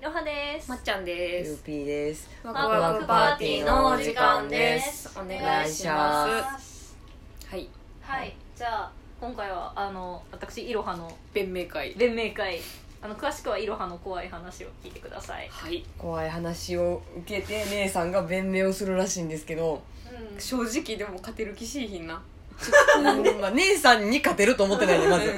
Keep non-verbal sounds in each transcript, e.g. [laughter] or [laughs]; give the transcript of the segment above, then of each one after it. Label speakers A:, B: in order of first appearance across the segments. A: ロハです
B: まっちゃんで
C: ゆう
B: す。
C: ぴーです。
B: ワ
A: クワクパーティーのお時間です
B: お願いしま
A: ます
B: す。はい、
A: はいじゃあ今回はあの私いろはの
B: 弁明会。
A: 弁明会あの詳しくはいろはの怖い話を聞いてください、
B: はい、
C: 怖い話を受けて姉さんが弁明をするらしいんですけど、
A: う
B: 正直でも勝てる気しいひんな。
C: まあ姉さんに勝てると思ってないねまず。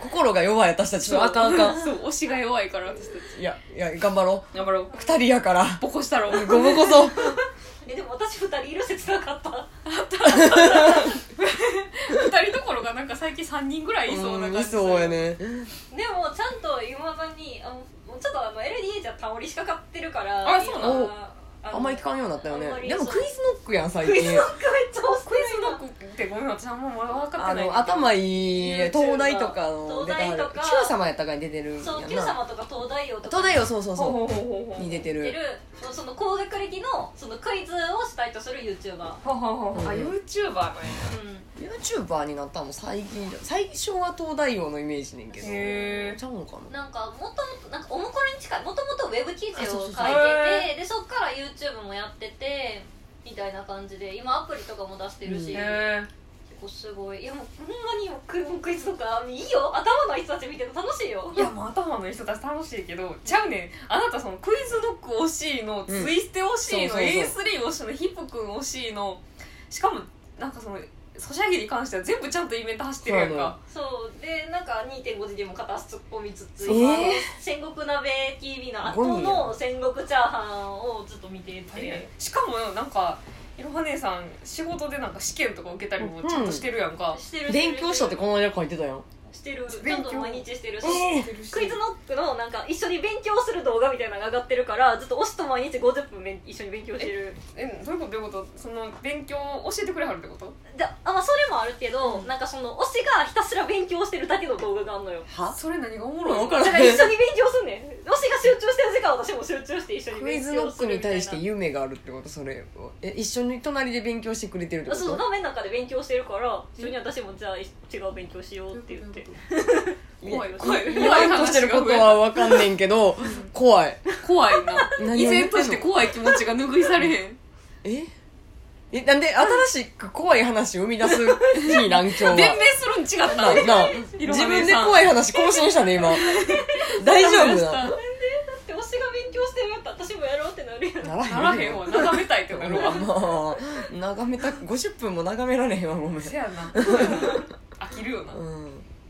C: 心が弱い私たち
B: そう
C: とあかんあかん。
B: そう、推しが弱いから、私たち。
C: いやいや頑張ろ
B: 頑張ろう。
C: う。二人やから。
B: ボコしたろう。
C: ごぼこそ。
A: ん、えでも私二人いる説な [laughs] かった
B: 二人どころが、なんか最近三人ぐらいいそうな感
C: んい
B: じ。
C: そうや。ね。
A: でもちゃんと今まにあのもうちょっとあの LDA じゃタモリしかかってるから
B: あそうな
C: の
A: あの
C: あんまり聞かんようになったよ
A: あんまり
C: ね。でも
A: そう
C: クイズノックやん最
A: クイズ
C: 近
A: ノッ。クめっちゃ押して
B: クイズ
A: る
B: ノ
A: な
B: ックって、ごめん、私あんま分か
C: あ
B: ってない。
C: の頭いい
A: YouTuber
C: 東大とかの出ては
A: 東大
C: る
A: と。か
C: Q 様やったかに出てるんやんな。
A: そう「Q
C: 東
A: 様」とか「東大王」とか
C: 大をそうそうそ
B: ほうほうほうほう
C: うに出て
A: 出
C: る
A: る。その高学歴のそのクイズを主体とする YouTuber
B: ほうほうほうほうあ、ユーチューバーなんや。
A: う、
C: ユーチューバーになったのも最近じゃん最初は東大王のイメージねんけど
B: へー
C: ちゃうんかなん
A: なんかもともとなんかおもころに近いもともとウェブ記事を書いてて
C: あそうそうそう
A: でそっから YouTube もやっててみたいな感じで今アプリとかも出してるし、
C: うん
A: 結
B: へ
A: 構すごいいやもうほんまにもうクもうクイズとかいいよ頭のいい人たち見てると楽しいよ
B: いやもう頭のいい人たち楽しいけどちゃうねんあなたそのクイズドッグ惜しいの、
C: うん
B: ツイステ惜しいの
C: そうそうそう
B: A3 惜しいのヒップ君惜しいのしかもなんかそのソシャゲに関しては全部ちゃんとイベント走ってるやん
C: そうなの
B: か
A: そうでなんか2.5次元も片足突っ込みつつ、
C: えー
A: 今あの戦国鍋 TV の後の戦国チャーハンをずっと見てって、
B: しかもなんかいろは姉さん仕事でなんか試験とか受けたりもちゃんとしてるやんか、
A: してるしてる
C: 勉強したってこの間書いてたやん
A: してるちゃ
B: 勉
A: ん
B: 強
A: と毎日してるし、
C: え
B: してるし
A: クイズノックのなんか一緒に勉強する動画みたいなのが上がってるからずっと推しと毎日50分め一緒に勉強してる
B: えどういうことどういうことその勉強を教えてくれはるってこと
A: であ、まあ、それもあるけど、なんかその推しがひたすら勉強してるだけの動画があるのよ
C: は
B: それ何がおもろいの
C: わから
A: だ
C: ん
A: から一緒に勉強すんねん推しが集中してる時間は私も集中して一緒に
C: クイ
A: 勉強するみたい
C: ズ
A: な
C: ノックに対して夢があるってことそれをえ一緒に隣で勉強してくれてるってこ
A: あそう
C: と
A: 画面の中で勉強してるから一緒に私もじゃあい違う勉強しようって言って
B: 怖い怖い
C: 言わんとしてることは分かんねんけど怖い
B: 怖いな
C: 何
B: 依
C: を言っ
B: 然
C: てんの
B: として怖い気持ちが拭いさ
C: [laughs]
B: れへん
C: ええなんで新しく怖い話を生み出す日なん今日は
B: 弁明するん違った
C: なな
B: ろはね
C: 自分で怖い話更新したね今大丈夫な
A: で推しが勉強してるやったら私もやろうってなるやん
C: なら
B: ならへ
C: [laughs]
B: んわ眺めたいってなるわ
C: まあ眺めた50分も眺められへんわごめん、
B: せやな飽きるよな
C: うん、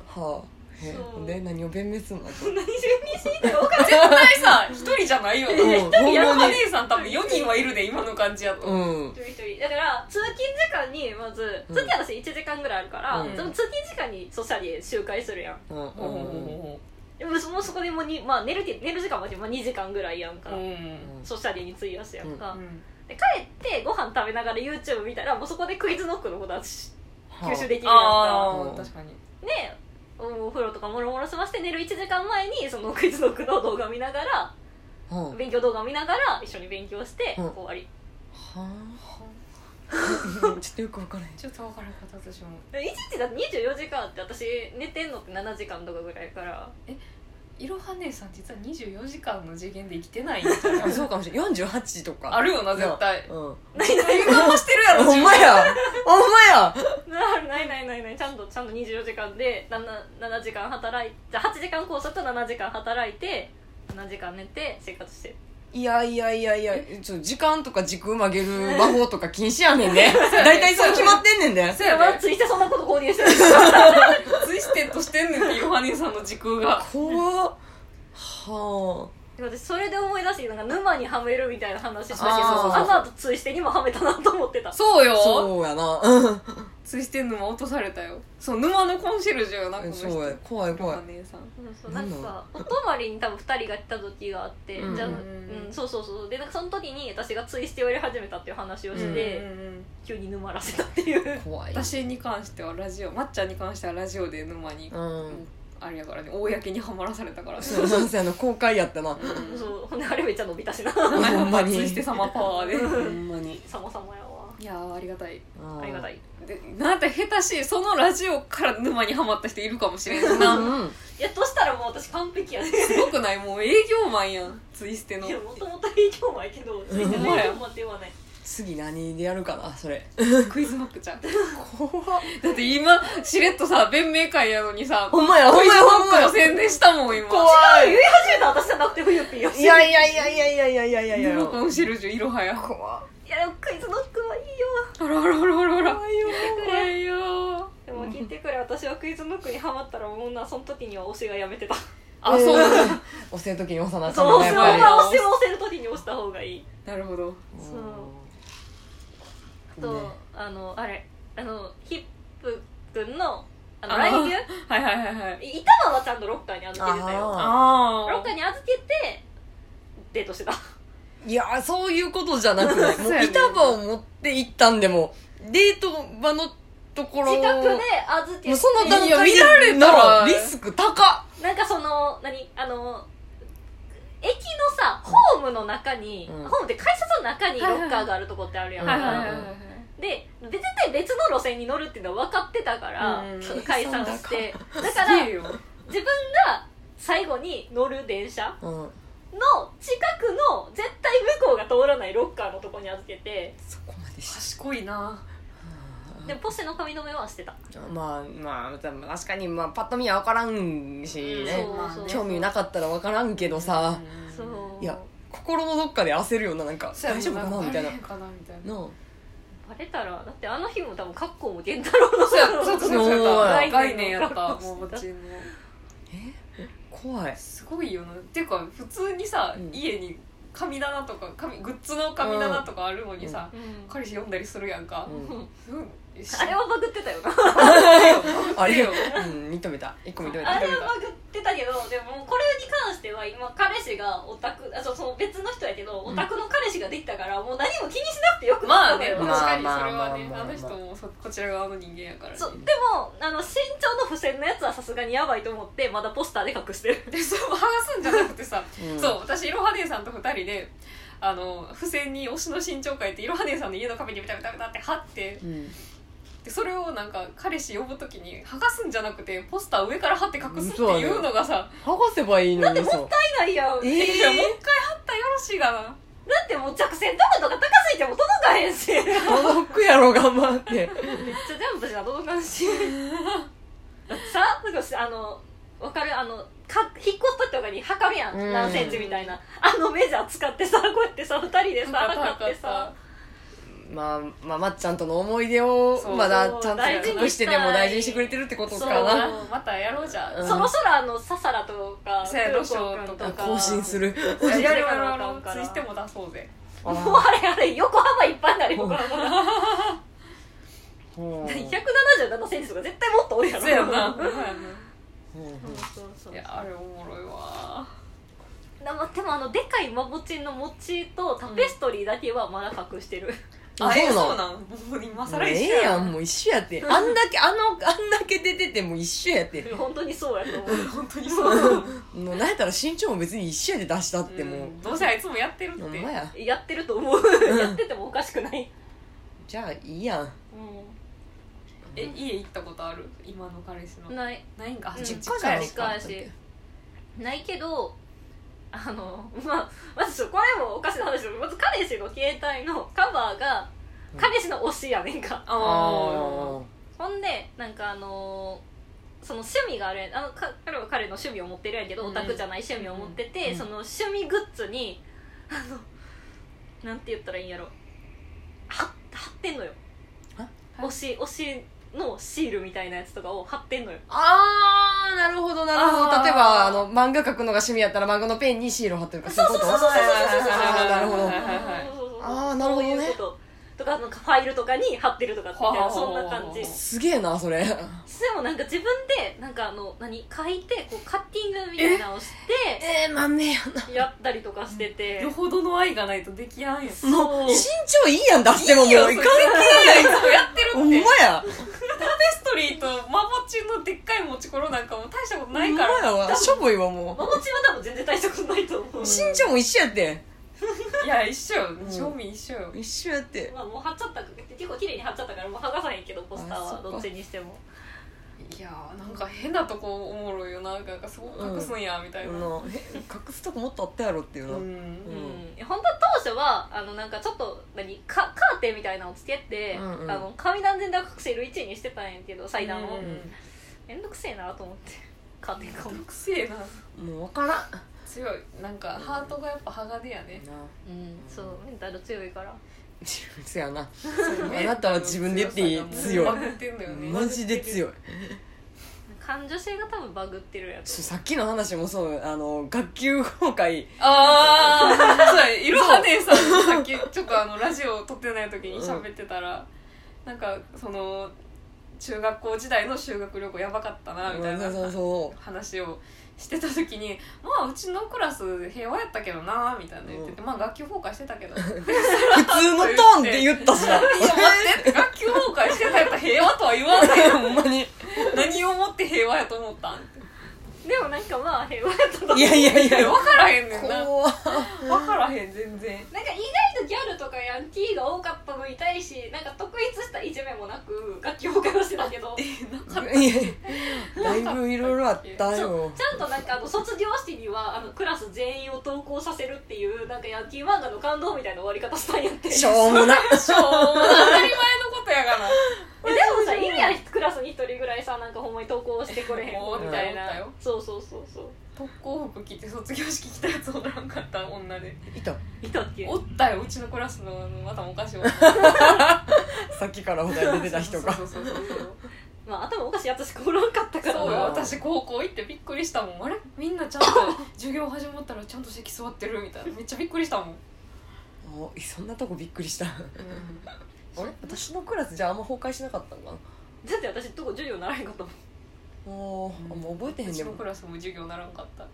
C: はあえ
A: そう
C: で何を弁明すんの
A: 何十人しいって分か
B: 絶対さ一人じゃないよな
C: うん
B: 一人やる
C: ほんま
B: お
C: に
B: 姉さん多分4人はいるで今の感じやと、
C: うん
A: 一人一人だから通勤時間にまず
C: うん
A: 通勤私1時間ぐらいあるから、
C: うん
A: その通勤時間にソシャゲ集会するやん
C: うん
B: ほうほう
C: うん
B: ほ
A: でもそもうそこでもうに、まあ、寝るて寝る時間までまあ2時間ぐらいやん
B: う
A: か、
B: ほううん
A: ソシャゲに費やすやんか、
B: うん
A: で帰ってご飯食べながら YouTube 見たらもうそこでクイズノックのことは吸
C: は
A: 収できるやんか
B: あ
C: うん
B: あ確かに
A: でお風呂とかもろもろ済まして寝る1時間前にそのクイズノックの動画見ながら
C: あうんは
A: 勉強動画見ながら一緒に勉強して
C: うん
A: 終わり
C: あ [laughs] ちょっとよく分からへん
B: ちょっと分からんかった私も
A: で1日だって24時間あって私寝てんのって7時間とかぐらいやから
B: いろは姉さん実は24時間の次元で生きてないんじゃない
C: あそうかもしれん48と
B: [laughs]
C: か
B: あ
C: る
B: るよな絶対
C: うん
A: ないない
B: 計算もしてるやろ
C: ほんまやほんまや
A: ないないないないちゃんとちゃんと24時間で 7, 7時間働いじゃあ8時間拘束と7時間働いて7時間寝て生活して
C: いやいやいやいやちょ時間とか時空曲げる魔法とか禁止やね
B: [laughs]
C: んで大体そう決まってんねんで
B: そう
A: いや
B: や
A: まだ
B: ね
A: ついてそんなこと購入してない
B: [laughs] ツイステッドしてんねんっていろは姉さんの時空が
C: 怖っは
A: 私それで思い出してなんか沼にはめるみたいな話したけど
C: あー
A: あのあとついしてにもはめたなと思ってた
B: そうよ
C: あそうやなうん
B: ツイステン沼落とされたよそう沼のコンシェルジュよなこの人
C: そうや怖い怖い
B: お姉さん
A: うんそうなんかさお泊まりに多分2人が来た時があって、
C: うん
A: じゃあ、
C: う
A: うんん、そうそうそうでなんかその時に私がツイステをやり始めたっていう話をして、
B: うんうんうん
A: 急に沼らせたって
B: [laughs]
A: いう
C: 怖い
B: 私に関してはラジオまっちゃんに関してはラジオで沼に、
C: うん
B: あれやからね公にはまらされたからね
C: そうなんせあの公開やったな
B: うん [laughs]
A: そうほんであれめっちゃ伸びたしな
C: ほんまに
B: ツイステ様パワーで
C: ほんまに
A: さまさまやわ
B: いやーありがたい
C: うん
A: ありがたい
B: でなんて下手しいそのラジオから沼にはまった人いるかもしれん
C: [laughs] う
B: な
C: ん
A: いやとしたらもう私完璧やね
B: すごくないもう営業マンやんツイステの
A: いやもともと営業マンやけどついてないよマンって言わない
C: 次何でやるかなそれ
B: クイズノックちゃんだ
C: 怖っ
B: って今しれっとさ弁明会やのにさ
C: ほんまや
B: ク
C: ほ
B: イ
C: ん
B: ズ
C: まや
B: ノ
C: ほん
B: ッ
C: ま
B: ク
C: や
B: の宣伝したもん今
C: 怖
A: あ
C: い
A: 言い始めた私じゃなくてもゆぴよ
C: いやいやいやいやいやいやいやいやいや
B: 布コンシェルジュいろはや
C: 怖っ
A: いやクイズノックはいいよ
B: あらあらあらあらあら
C: 怖いよ
B: 怖いよ
A: でも聞いてくれ私はクイズノックにハマったらもうなその時には推しがやめてた
B: あそうなんだ
C: 押せる時に押さなあ
A: そう
C: な
A: 推し
C: やっ
A: は
C: ぱり
A: 推しを押せる時に押した方がいい
B: なるほど
A: そうあ
C: うん
A: と、
C: ね
A: あのあれあのヒップ君のあの
B: あ
A: 来
B: ー
A: 牛
B: はいはいはいはい
A: いたのはちゃんとロッカーに預けてたよ
B: あ
A: ロッカーに預けてデートしてた
C: いやそういうことじゃなくないも
B: そうや
C: う
B: ね
C: 板場を持って行ったんでもデート場のところ
A: 近くで預け
C: もう
A: て
C: その段
B: いや
C: 階
B: 見られたら
C: リスク高
A: なんかその何あの駅のさホームの中に、
C: うん
A: ホームって改札の中にロッカーがあるとこってあるやん
C: う
A: か、
B: はいはいはいはいはい
A: でで絶対別の路線に乗るっていうのは分かってたから、
B: うん
A: その解散してだ
B: す
A: から
B: げ
A: 自
B: えよ
A: 分が最後に乗る電車
C: っ、うん、
A: の近くの絶対向こうが通らないロッカーのとこに預けて
C: そこまでし
B: 賢いな
A: でもポッセの髪留めはしてた
C: まあまあでも確かにまあパッと見は分からんしね、
A: そうそう
C: 興味なかったら分からんけどさ、
A: そう
C: いや心のどっかで焦るよななんか大丈夫かなみたいな
B: 大丈夫かなみたいな
C: の
A: バレたらだってあの日も多分格好も源太郎の
B: そうや
A: [laughs]
B: そうやそうやそうや
A: そう
B: 概念やった
A: [laughs]
B: もううちの
C: 怖い
B: すごいよなっていうか普通にさ、
C: うん
B: 家に神棚とか神グッズの神棚とかあるのにさ、
A: うん
B: 彼氏読んだりするやんか、
C: うん
B: うん、
A: あれはバグってたよな
C: あれ
B: よ
C: うん認めた一個認め
A: あ
C: た
A: れはバグってたけどでもこれに関しては今彼氏がオタクあそうその別の人やけど
C: ん
A: オタクの彼氏ができたからもう何も気にしなくてよくな
B: ま
A: った
B: あ
A: の
B: ね
A: よ、
B: 確かにそれはね
C: まあまあまあまあまあ
B: あの人もそこちら側の人間やからね
A: そうでもあの身長の付箋のやつはさすがにやばいと思ってまだポスターで隠してる
B: でそう剥がすんじゃなくてさ、
C: うん
B: そう私いろは姉さんと2人であの付箋に推しの身長書いていろは姉さんの家の壁にビタビタビタって貼って
C: うん
B: でそれをなんか彼氏呼ぶ時に剥がすんじゃなくてポスター上から貼って隠すっていうのがさ、
C: 剥がせばいいのにさ
A: いないやん、
C: え
B: いやもう一回貼ったらよろしいがな
A: だってもう着線とかとか高すぎても届かへんしめっち
C: 届くやろ頑張って
A: ゃジャンプしたら届かんし
B: [laughs]
A: さなんかあのわかるあのか引っ越す時とかに測るやん、
C: うん
A: 何センチみたいなあのメジャー使ってさこうやってさ2人でさ
B: なんか
A: 測ってさ
C: まあまあまっちゃんとの思い出を
B: そう
C: まだちゃん
A: 大
C: と
A: 事にしたい
C: 隠してでも大事にしてくれてるってこと
B: そ
C: か
B: う
C: な
B: またやろうじゃ、
C: うん
A: そろそろあのササラとか
B: そうや
A: 黒子君
B: ロショウとか
C: 更新する
B: ん、やろ
A: やろ
B: う
A: う
B: や
A: や
B: ろ
A: ろ
B: う
A: う
B: ツイステも出そうぜ
A: もうあれあれ横幅いっぱいになるよ横幅 [laughs] が
C: ほう
A: 1 7 7センチとか絶対もっと多いやろ
B: そうやな
C: ほう
A: そ
C: ほ
A: ううそうそう
B: [laughs] いやあれおもろいわ
A: でもでもあのでかいマボチンの餅とタペストリーだけはまだ隠して
B: [laughs]
A: る、
C: あ
B: あえ
C: そうなの
B: そうなんもう今
C: もう
B: 更
C: え
B: 一
C: え
B: 緒
C: や
B: や
C: ん
B: ん
C: もう一緒やってあんだけあのあんだけ出てても一緒やって
A: 本当にそうやと思う
B: 本当にそう
C: もうなんやったら身長も別に一緒やで出したっても
B: んどうせあいつもやってるっ
C: う
B: て
C: ほんまや
A: やってると思うやっててもおかしくない、
C: じゃあいいやん
B: え家行ったことある今の彼氏の
A: ない
B: ないんか
A: うん
C: 実家じゃない
A: 実家やしないけどあのまあまずちょこれもおかしな話だけどまず彼氏の携帯のカバーが
C: うん
A: 彼氏の推しやねんか、
B: あ
C: あ
A: ほんでなんかあのーその趣味があるやんあのか彼は彼の趣味を持ってるやんけど、
B: うん
A: オタクじゃない趣味を持ってて、
C: うん
A: その趣味グッズにあのなんて言ったらいいんやろ貼っ貼ってんのよ
C: あ
A: 推し推しのシールみたいなやつとかを貼ってんのよ
C: あーなるほどなるほ
B: あ
C: ど
B: ー
C: 例えばあの漫画描くのが趣味やったら漫画のペンにシールを貼ってるとかそういうこと
A: そうそうそうそうそうそう
C: あーなるほど
B: はいはいはい
A: そうそうそうそう
C: あーなるほどね
A: そういうこととかなんかファイルとかに貼ってるとかみたい
B: はあはあ
A: なそんな感じです
C: げえなそれ
A: もなんか自分でなんかあの何書いてこうカッティングみたいなのをして
C: えー、豆やな
A: やったりとかしてて
B: よほどの愛がないとできやんやん
A: そう
C: もう身長いいやん出してももう
B: いいよそ
C: 関
B: れ
C: 係
B: 関係ないいつもやってるって
C: ほんまや
B: ペストリーとマボチンのでっかいもちころなんかもう大したことないか
C: ほんま
B: ら
C: やわしょぼいわも
A: マモチは多分全然大したことないと思う、
C: う身長も一緒やって
B: いや一緒よ
C: ん
B: 賞味一緒よ
C: 一緒やって
A: まあもう貼っちゃったから結構綺麗に貼っちゃったからもう剥がさへんけどポスター
C: あそ
A: は
C: っか
A: どっちにしても
B: いやーなんか変なとこおもろいよななんかすごく隠すんや、みたいな、
C: なえ隠すとこもっとあったやろっていうな、
A: うん
B: ん
A: ん本当は当初はあのなんかちょっと何カカーテンみたいなのをつけて、
C: うんうん
A: あの神断然高くせる位置にしてたんやけど祭壇を、
B: うん
A: めんどくせえなと思ってカーテンかも
B: めんどくせえな
C: もう分からんな
B: 強いなんかハートがやっぱ鋼や
C: [laughs]
B: ね
A: うんそうメンタル強いから
C: そやな [laughs] あなたは自分で言っていい
B: バグってんだよね
C: マジで強い
A: 感受性が多分バグってるやつ
C: そうさっきの話もそうあの学級崩壊
B: ああそうだねいろは姉さんとさっきちょっとあのラジオ撮ってない時に喋ってたら、なんかその中学校時代の修学旅行やばかったなみたいな
C: そうそう
B: 話をしてた時にまあうちのクラス平和やったけどなみたいな言ってて、まあ学級崩壊してた
C: [laughs]
B: けどいや待っ
C: 普通のトーンで言った
B: [laughs]
C: しな
B: て学級崩壊してたやったら平和とは言わない
C: ほんまに
B: 何をもって平和やと思ったんって
A: でもなんかまあ平和やったと思う
C: いやいやいや
B: 分からへんねんな
C: 怖っ
B: 分からへん全然
A: なんか意外とギャルとかヤンキーが多かったのに対しなんか独立したいじめもなく楽器崩壊をしてたけどち
C: いやだいぶいろいろあったよ
A: ゃんとなんかあの卒業式にはあのクラス全員を登校させるっていうなんかヤンキー漫画の感動みたいな終わり方したんや
C: [laughs]
A: って
C: しょう
B: しょうも
C: もな
B: ない当たり前のことやがな
A: えでもさ意味あるクラスに一人ぐらいさなんかほんまに登校してこれへん
B: おー
A: みたい
B: 思った
A: な
B: よ
A: そうそうそうそう
B: 特攻服着て卒業式来たやつおらんかった女で
C: いた
A: いたっけ
B: おったようちのクラスのあの頭おかしい女
C: さっきからお題出てた人が
B: そうそうそうそうそう
A: まあ頭おかしいやつしかおらんかったから
B: そうよ
A: な
B: 私高校行ってびっくりしたもんあれみんなちゃんと授業始まったらちゃんと席座ってるみたいなめっちゃびっくりしたもん、
C: おいそんなとこびっくりしたあれ私のクラスじゃああんま崩壊しなかったんかな
A: だって私どこ授業ならへんか
B: [laughs]
A: と思
C: もうあんま覚えてへ
B: うんち
C: で
B: の
C: も
B: クラスも授業ならんかった
C: 覚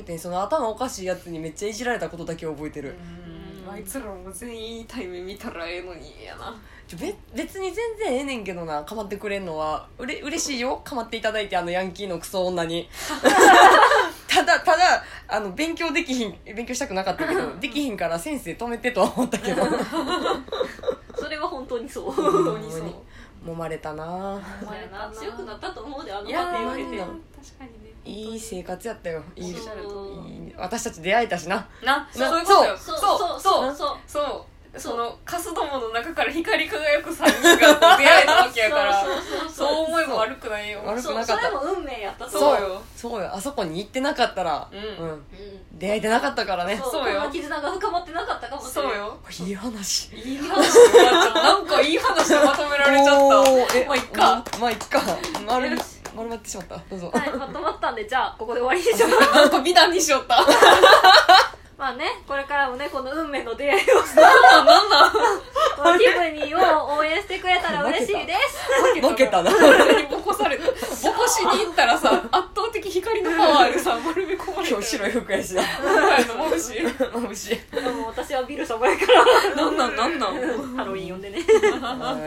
C: えてへんその頭おかしいやつにめっちゃいじられたことだけ覚えてる、
B: うんあいつらも全員いいタイム見たらええのにやな
C: ちょべ別に全然ええねんけどなかまってくれんのはうれ嬉しいよかまっていただいてあのヤンキーのクソ女にただただあの勉強できひん勉強したくなかったけどできひんから先生止めてとは思ったけど
A: うそれは本当にそう
B: 本当にそう
C: 揉まれたな
A: お前な強くなったと思うであの
B: いや
A: 場
B: ー
A: って言
B: 確
A: わ
B: か
A: れ
B: に
A: て
B: ね
C: ないい生活やったよいいいい
B: おっしゃる通
A: そう
C: 私たち出会えたしな
B: な
C: な
B: そういうことよ
A: そ
B: そうう
A: そ
B: そう
A: そそう
B: うそううそ
A: そ
B: う
A: う
B: そのカスどもの中から光り輝く3人が出会えたわけやから
A: そうそう
B: そう思えば悪くないよ
C: 悪
A: そ
C: く
A: う
C: な
A: そ
C: かっ
A: れ
C: た
A: も運命やったと思う
B: そうよ
C: そうよあそこに行ってなかったら
B: うん
A: う
C: 出会えてなかったから
A: ん
C: ね
A: そう
B: そうよ
A: こんな絆が深まってなかったかもしれ
B: そ
A: ないう
B: よ
C: いい話
B: いい話になっちゃったなんかいい話でまとめられちゃった
C: おーえ
B: まあいっか
C: まあいっか丸
A: よ
C: め
A: し
C: 丸まってしまったどうぞ、
A: はいまとまったんでじゃあここで終わりにしよ
B: [laughs]
A: う
B: なんか美談にしよった
A: まあねこれからもねこの運命の出会いを
B: なんなんなん
A: この気分にを応援してくれたら嬉しいです
C: 負けたな [laughs]
B: 完全にボコされたボコしに行ったらさ圧倒的光のパワーでさ丸め込まれて
C: 今日白い服やしな
B: の眩しい
C: 眩しい
A: でも私はビル様やから
B: なんなんなんなん
A: ハロウィン呼んでね
C: [laughs] はい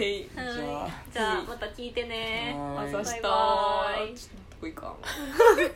B: へい
A: は
C: ゃあ
A: いじゃあまた聞いてね
C: はい
B: 朝した
A: バイバイ
B: ちょっとどこ行かん